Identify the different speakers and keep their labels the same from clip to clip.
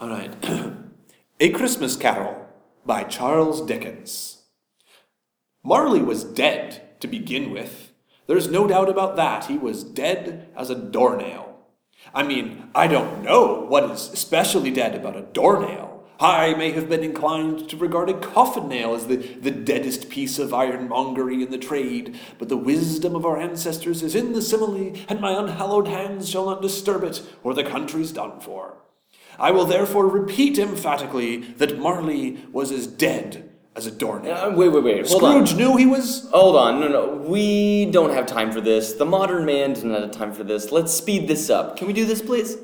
Speaker 1: All right. A Christmas Carol by Charles Dickens. Marley was dead to begin with. There's no doubt about that. He was dead as a doornail. I mean, I don't know what is especially dead about a doornail. I may have been inclined to regard a coffin nail as the, the deadest piece of ironmongery in the trade, but the wisdom of our ancestors is in the simile, and my unhallowed hands shall not disturb it, or the country's done for. I will therefore repeat emphatically that Marley was as dead as a doornail.
Speaker 2: Uh, wait, wait, wait. Hold
Speaker 1: Scrooge
Speaker 2: on.
Speaker 1: knew he was.
Speaker 2: Hold on. No, no. We don't have time for this. The modern man doesn't have time for this. Let's speed this up. Can we do this, please?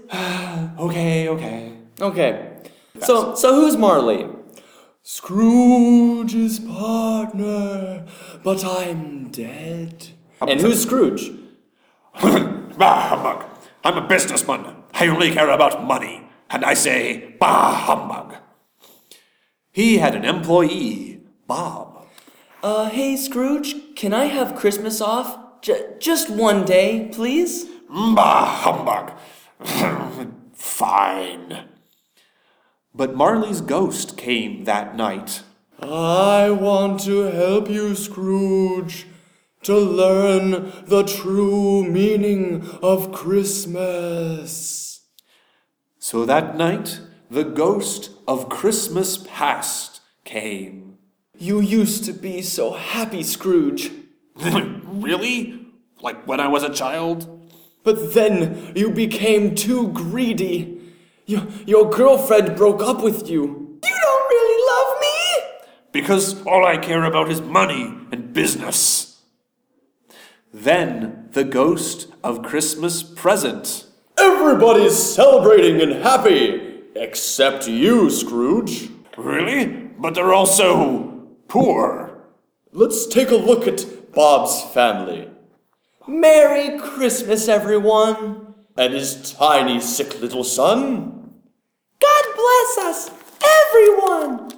Speaker 1: Okay, okay.
Speaker 2: Okay. So, so who's Marley? Scrooge's partner, but I'm dead. And who's Scrooge?
Speaker 1: bah humbug! I'm a businessman. I only care about money, and I say bah humbug. He had an employee, Bob.
Speaker 2: Uh, hey Scrooge, can I have Christmas off? J- just one day, please?
Speaker 1: Bah humbug! Fine. But Marley's ghost came that night.
Speaker 2: I want to help you, Scrooge, to learn the true meaning of Christmas.
Speaker 1: So that night, the ghost of Christmas past came.
Speaker 2: You used to be so happy, Scrooge,
Speaker 1: really? Like when I was a child?
Speaker 2: but then you became too greedy. Your, your girlfriend broke up with you. You don't really love me?
Speaker 1: because all I care about is money and business. Then the ghost of Christmas present.
Speaker 2: Everybody's celebrating and happy, except you, Scrooge.
Speaker 1: Really? But they're also poor.
Speaker 2: Let's take a look at Bob's family. Merry Christmas, everyone! And his tiny, sick little son. God bless us, everyone!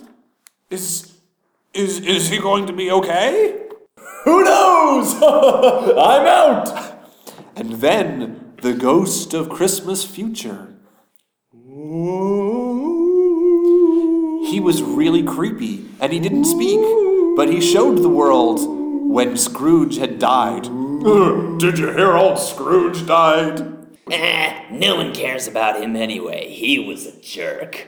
Speaker 1: Is is is he going to be okay?
Speaker 2: Who knows? I'm out!
Speaker 1: And then the ghost of Christmas future. He was really creepy and he didn't speak, but he showed the world when Scrooge had died. Did you hear old Scrooge died?
Speaker 3: Eh, no one cares about him anyway. He was a jerk.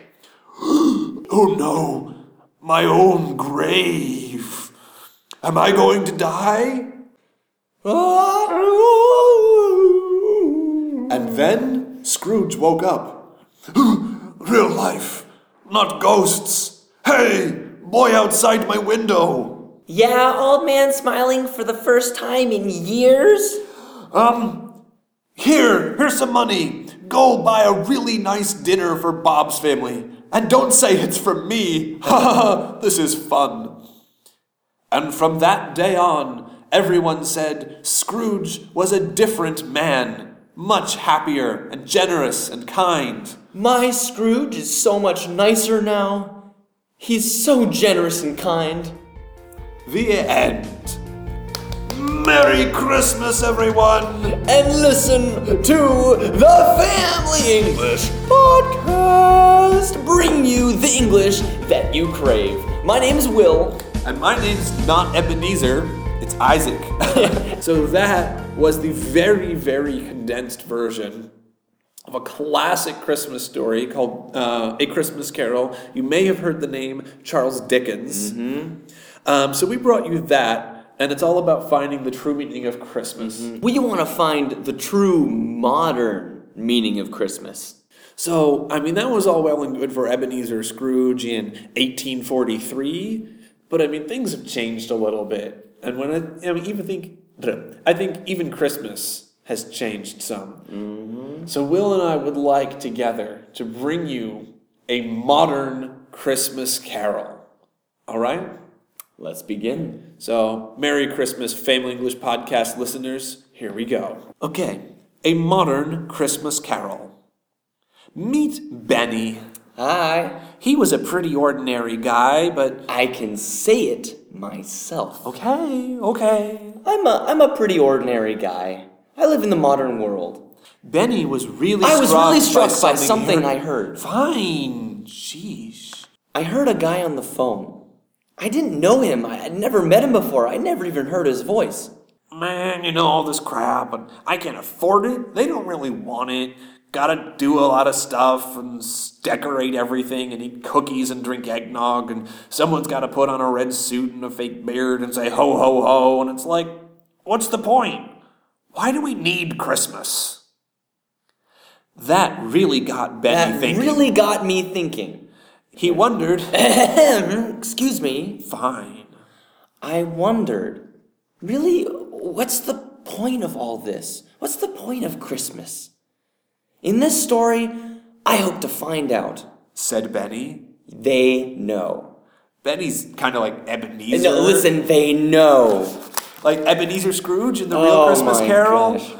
Speaker 1: Oh no, my own grave. Am I going to die?
Speaker 2: Ah.
Speaker 1: And then Scrooge woke up. Real life, not ghosts. Hey, boy outside my window.
Speaker 4: Yeah, old man smiling for the first time in years.
Speaker 1: Um, here, here's some money. Go buy a really nice dinner for Bob's family. And don't say it's from me. this is fun. And from that day on, everyone said Scrooge was a different man, much happier and generous and kind.
Speaker 2: My Scrooge is so much nicer now. He's so generous and kind.
Speaker 1: The end. Merry Christmas, everyone!
Speaker 2: And listen to the Family English Podcast, bring you the English that you crave. My name's Will.
Speaker 1: And my name's not Ebenezer, it's Isaac. so that was the very, very condensed version of a classic Christmas story called uh, A Christmas Carol. You may have heard the name Charles Dickens. Um, so we brought you that, and it's all about finding the true meaning of Christmas.
Speaker 2: We want to find the true modern meaning of Christmas.
Speaker 1: So, I mean, that was all well and good for Ebenezer Scrooge in 1843, but I mean, things have changed a little bit. And when I, I mean, even think, I think even Christmas has changed some. So, Will and I would like together to bring you a modern Christmas carol. All right?
Speaker 2: Let's begin.
Speaker 1: So, Merry Christmas, Family English Podcast listeners. Here we go. Okay, a modern Christmas carol. Meet Benny.
Speaker 2: Hi.
Speaker 1: He was a pretty ordinary guy, but.
Speaker 2: I can say it myself.
Speaker 1: Okay, okay.
Speaker 2: I'm a I'm a pretty ordinary guy. I live in the modern world.
Speaker 1: Benny was really
Speaker 2: I was really
Speaker 1: struck
Speaker 2: struck by something
Speaker 1: he
Speaker 2: I heard.
Speaker 1: Fine. Sheesh.
Speaker 2: I heard a guy on the phone. I didn't know him. I had never met him before. I never even heard his voice.
Speaker 1: Man, you know all this crap, and I can't afford it. They don't really want it. Gotta do a lot of stuff and s- decorate everything and eat cookies and drink eggnog, and someone's gotta put on a red suit and a fake beard and say ho ho ho, and it's like, what's the point? Why do we need Christmas? That really got Benny
Speaker 2: That
Speaker 1: thinking.
Speaker 2: really got me thinking.
Speaker 1: He wondered.
Speaker 2: Excuse me.
Speaker 1: Fine.
Speaker 2: I wondered, really, what's the point of all this? What's the point of Christmas? In this story, I hope to find out.
Speaker 1: said Benny.
Speaker 2: They know.
Speaker 1: Benny's kind of like Ebenezer.
Speaker 2: No, listen, they know.
Speaker 1: Like Ebenezer Scrooge in the real Christmas
Speaker 2: Oh my
Speaker 1: Carol.
Speaker 2: gosh.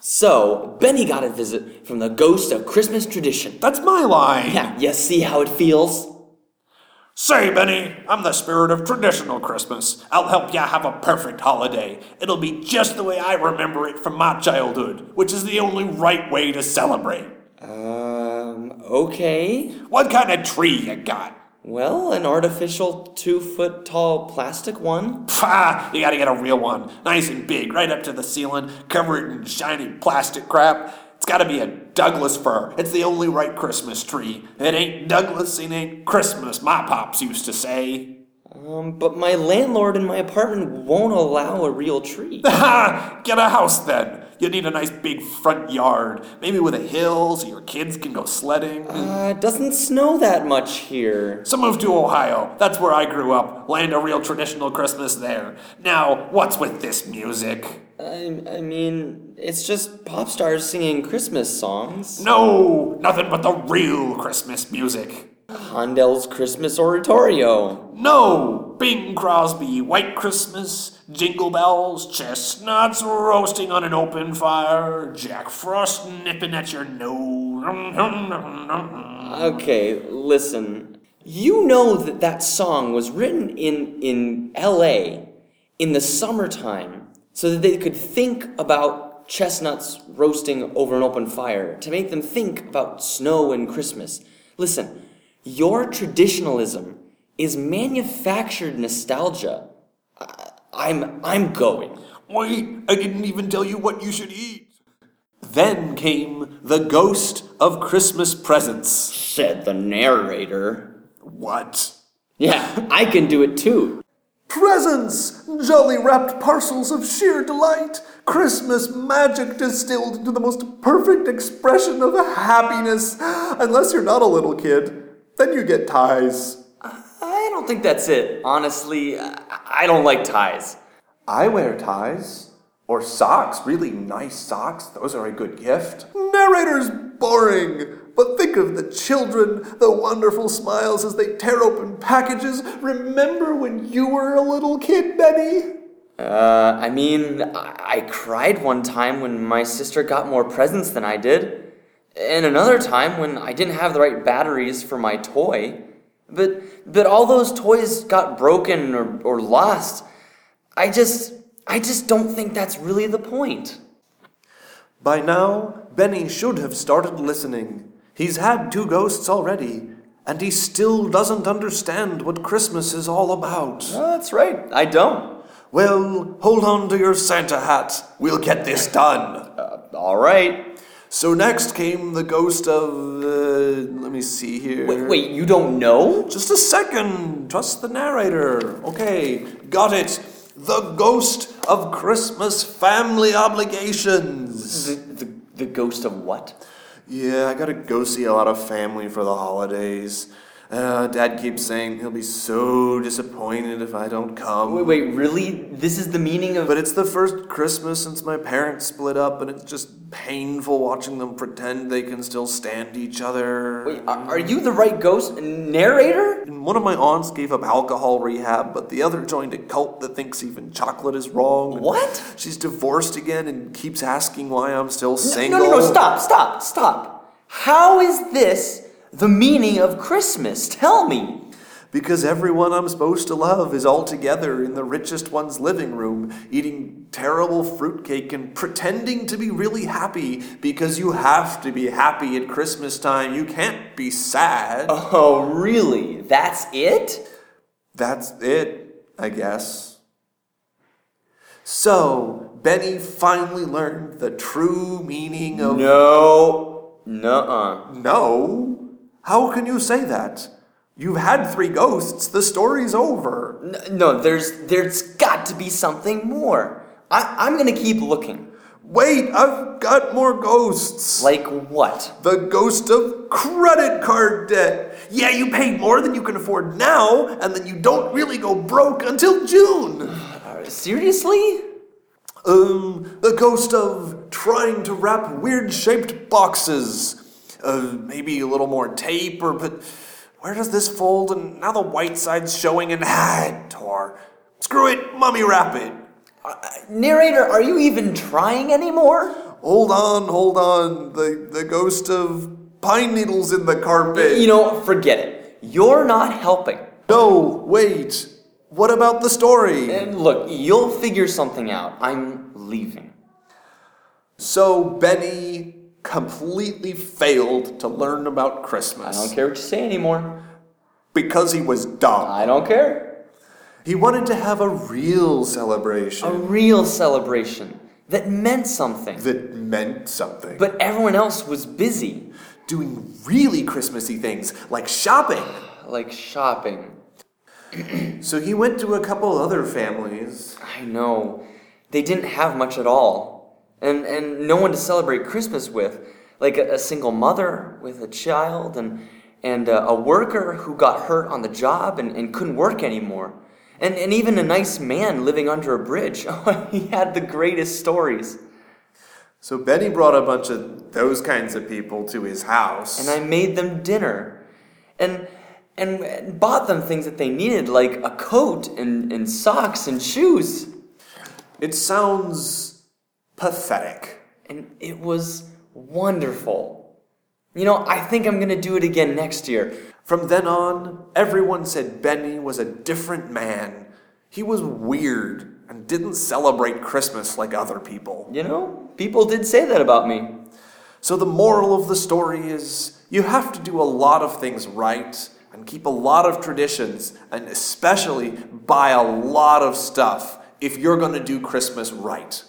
Speaker 2: So, Benny got a visit from the ghost of Christmas tradition.
Speaker 1: That's my line.
Speaker 2: Yeah, you see how it feels?
Speaker 1: Say, Benny, I'm the spirit of traditional Christmas. I'll help ya have a perfect holiday. It'll be just the way I remember it from my childhood, which is the only right way to celebrate.
Speaker 2: Um, okay.
Speaker 1: What kind of tree you got?
Speaker 2: Well, an artificial two foot tall plastic one.
Speaker 1: Pah, you gotta get a real one. Nice and big, right up to the ceiling, covered in shiny plastic crap. It's gotta be a Douglas fir. It's the only right Christmas tree. It ain't Douglas, it ain't Christmas, my pops used to say.
Speaker 2: Um, but my landlord in my apartment won't allow a real tree.
Speaker 1: Ha! Get a house then. You need a nice big front yard, maybe with a hill so your kids can go sledding.
Speaker 2: Uh, it doesn't snow that much here.
Speaker 1: So move to Ohio. That's where I grew up. Land a real traditional Christmas there. Now, what's with this music?
Speaker 2: I, I mean, it's just pop stars singing Christmas
Speaker 1: Mm.
Speaker 2: songs.
Speaker 1: No, nothing but the real Christmas music.
Speaker 2: Handel's Christmas Oratorio.
Speaker 1: No! Bing Crosby, White Christmas, Jingle Bells, chestnuts roasting on an open fire, Jack Frost nipping at your nose.
Speaker 2: Okay, listen. You know that that song was written in, in LA in the summertime so that they could think about chestnuts roasting over an open fire, to make them think about snow and Christmas. Listen, your traditionalism is manufactured nostalgia. I, I'm, I'm going.
Speaker 1: Wait, I didn't even tell you what you should eat. Then came the ghost of Christmas presents.
Speaker 2: Said the narrator.
Speaker 1: What?
Speaker 2: Yeah, I can do it too.
Speaker 1: Presents! Jolly wrapped parcels of sheer delight! Christmas magic distilled into the most perfect expression of happiness! Unless you're not a little kid, then you get ties.
Speaker 2: I don't think that's it. Honestly, I I don't like ties.
Speaker 1: I wear ties. Or socks, really nice socks. Those are a good gift. Narrator's boring! But think of the children, the wonderful smiles as they tear open packages. Remember when you were a little kid, Benny?
Speaker 2: Uh, I mean, I-, I cried one time when my sister got more presents than I did, and another time when I didn't have the right batteries for my toy. But but all those toys got broken or, or lost. I just I just don't think that's really the point.
Speaker 1: By now, Benny should have started listening. He's had two ghosts already, and he still doesn't understand what Christmas is all about.
Speaker 2: that's right. I don't.
Speaker 1: Well, hold on to your Santa hat. We'll get this done.
Speaker 2: Uh, All right.
Speaker 1: So next came the ghost of. Uh, let me see here.
Speaker 2: Wait, wait, you don't know?
Speaker 1: Just a second. Trust the narrator. Okay, got it. The ghost of Christmas family obligations.
Speaker 2: The, the, the ghost of what?
Speaker 1: Yeah, I gotta go see a lot of family for the holidays. Uh, Dad keeps saying he'll be so disappointed if I don't come.
Speaker 2: Wait, wait, really? This is the meaning of.
Speaker 1: But it's the first Christmas since my parents split up, and it's just painful watching them pretend they can still stand each other.
Speaker 2: Wait, are, are you the right ghost narrator?
Speaker 1: And One of my aunts gave up alcohol rehab, but the other joined a cult that thinks even chocolate is wrong. and
Speaker 2: What?
Speaker 1: She's divorced again and keeps asking why I'm still
Speaker 2: No,
Speaker 1: single.
Speaker 2: no, no, stop, stop, stop. How is this the meaning of Christmas? Tell me.
Speaker 1: because everyone I'm supposed to love is all together in the richest one's living room, eating terrible fruitcake and pretending to be really happy because you have to be happy at Christmas time. You can't be sad.
Speaker 2: Oh, really? That's it?
Speaker 1: That's it, I guess. So, Benny finally learned the true meaning of
Speaker 2: No. Nuh-uh.
Speaker 1: no. How can you say that? You've had three ghosts, the story's over.
Speaker 2: N- No, there's there's got to be something more. I, I'm gonna keep looking.
Speaker 1: Wait, I've got more ghosts.
Speaker 2: Like what?
Speaker 1: the ghost of credit card debt. Yeah, you pay more than you can afford now, and then you don't really go broke until June.
Speaker 2: Seriously?
Speaker 1: Um, the ghost of trying to wrap weird shaped boxes. Uh, maybe a little more tape, or but where does this fold? And now the white side's showing, and ah, it tore. Screw it, mummy wrap it.
Speaker 2: Narrator, are you even trying anymore?
Speaker 1: Hold on, hold on. The the ghost of pine needles in the carpet.
Speaker 2: You know, oh, forget it. You're not helping.
Speaker 1: no, wait. What about the story?
Speaker 2: And look, you'll figure something out. I'm leaving.
Speaker 1: So Benny completely failed to learn about
Speaker 2: I
Speaker 1: Christmas
Speaker 2: don't care what you say anymore.
Speaker 1: because he was dumb.
Speaker 2: I don't care.
Speaker 1: He wanted to have a real
Speaker 2: A
Speaker 1: celebration
Speaker 2: real celebration that meant something.
Speaker 1: that meant something.
Speaker 2: But everyone else was busy,
Speaker 1: doing really Christmassy things like shopping.
Speaker 2: like shopping.
Speaker 1: So he went to a couple other families.
Speaker 2: I know. They didn't have much at all. And, and no one to celebrate Christmas with. Like a, a single mother with a child, and, and uh, a worker who got hurt on the job and, and couldn't work anymore. And, and even a nice man living under a bridge. he had the greatest stories.
Speaker 1: So Benny brought a bunch of those kinds of people to his house.
Speaker 2: and I made them dinner, and and, and bought them things that they needed, like a coat and, and socks and shoes.
Speaker 1: it sounds pathetic.
Speaker 2: And it was wonderful. You know, I think I'm gonna do it again next year.
Speaker 1: From then on, everyone said Benny was a different man. He was weird and didn't celebrate Christmas like other people.
Speaker 2: You know, people did say that about me.
Speaker 1: So the moral of the story is you have to do a lot of things right and keep a lot of traditions and especially buy a lot of stuff if you're going to do Christmas right.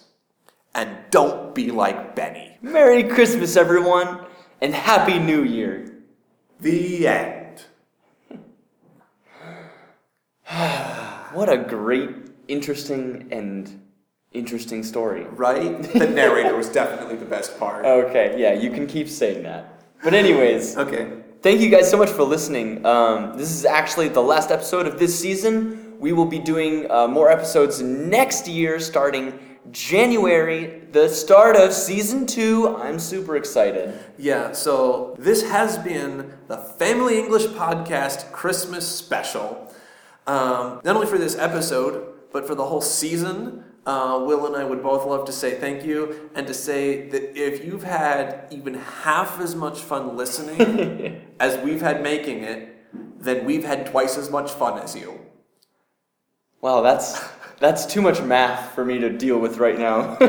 Speaker 1: And don't be like Benny.
Speaker 2: Merry Christmas, everyone, and Happy New Year.
Speaker 1: The end.
Speaker 2: What a great, interesting, and interesting story.
Speaker 1: Right? The narrator was definitely the best
Speaker 2: Uh,
Speaker 1: part.
Speaker 2: Okay, yeah, you can keep saying that. But, anyways.
Speaker 1: Okay.
Speaker 2: Thank you guys so much for listening. Um, this is actually the last episode of this season. We will be doing uh, more episodes next year, starting January, the start of season two. I'm super excited.
Speaker 1: Yeah, so this has been the Family English Podcast Christmas special. Um, not only for this episode, but for the whole season. Uh, Will and I would both love to say thank you and to say that if you've had even half as much fun listening as we've had making it, then we've had twice as much fun as you.
Speaker 2: Wow, that's that's too much math for me to deal with right now.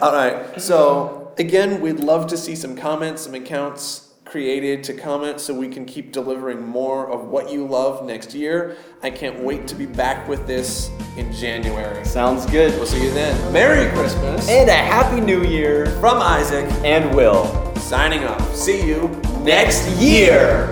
Speaker 1: All right. So again, we'd love to see some comments, some accounts created to comment so we can keep delivering more of what you love next year. I can't wait to be back with this in January.
Speaker 2: Sounds good.
Speaker 1: We'll see you then. Merry Christmas
Speaker 2: And a happy new year
Speaker 1: from Isaac
Speaker 2: and Will
Speaker 1: signing off. See you
Speaker 2: next year.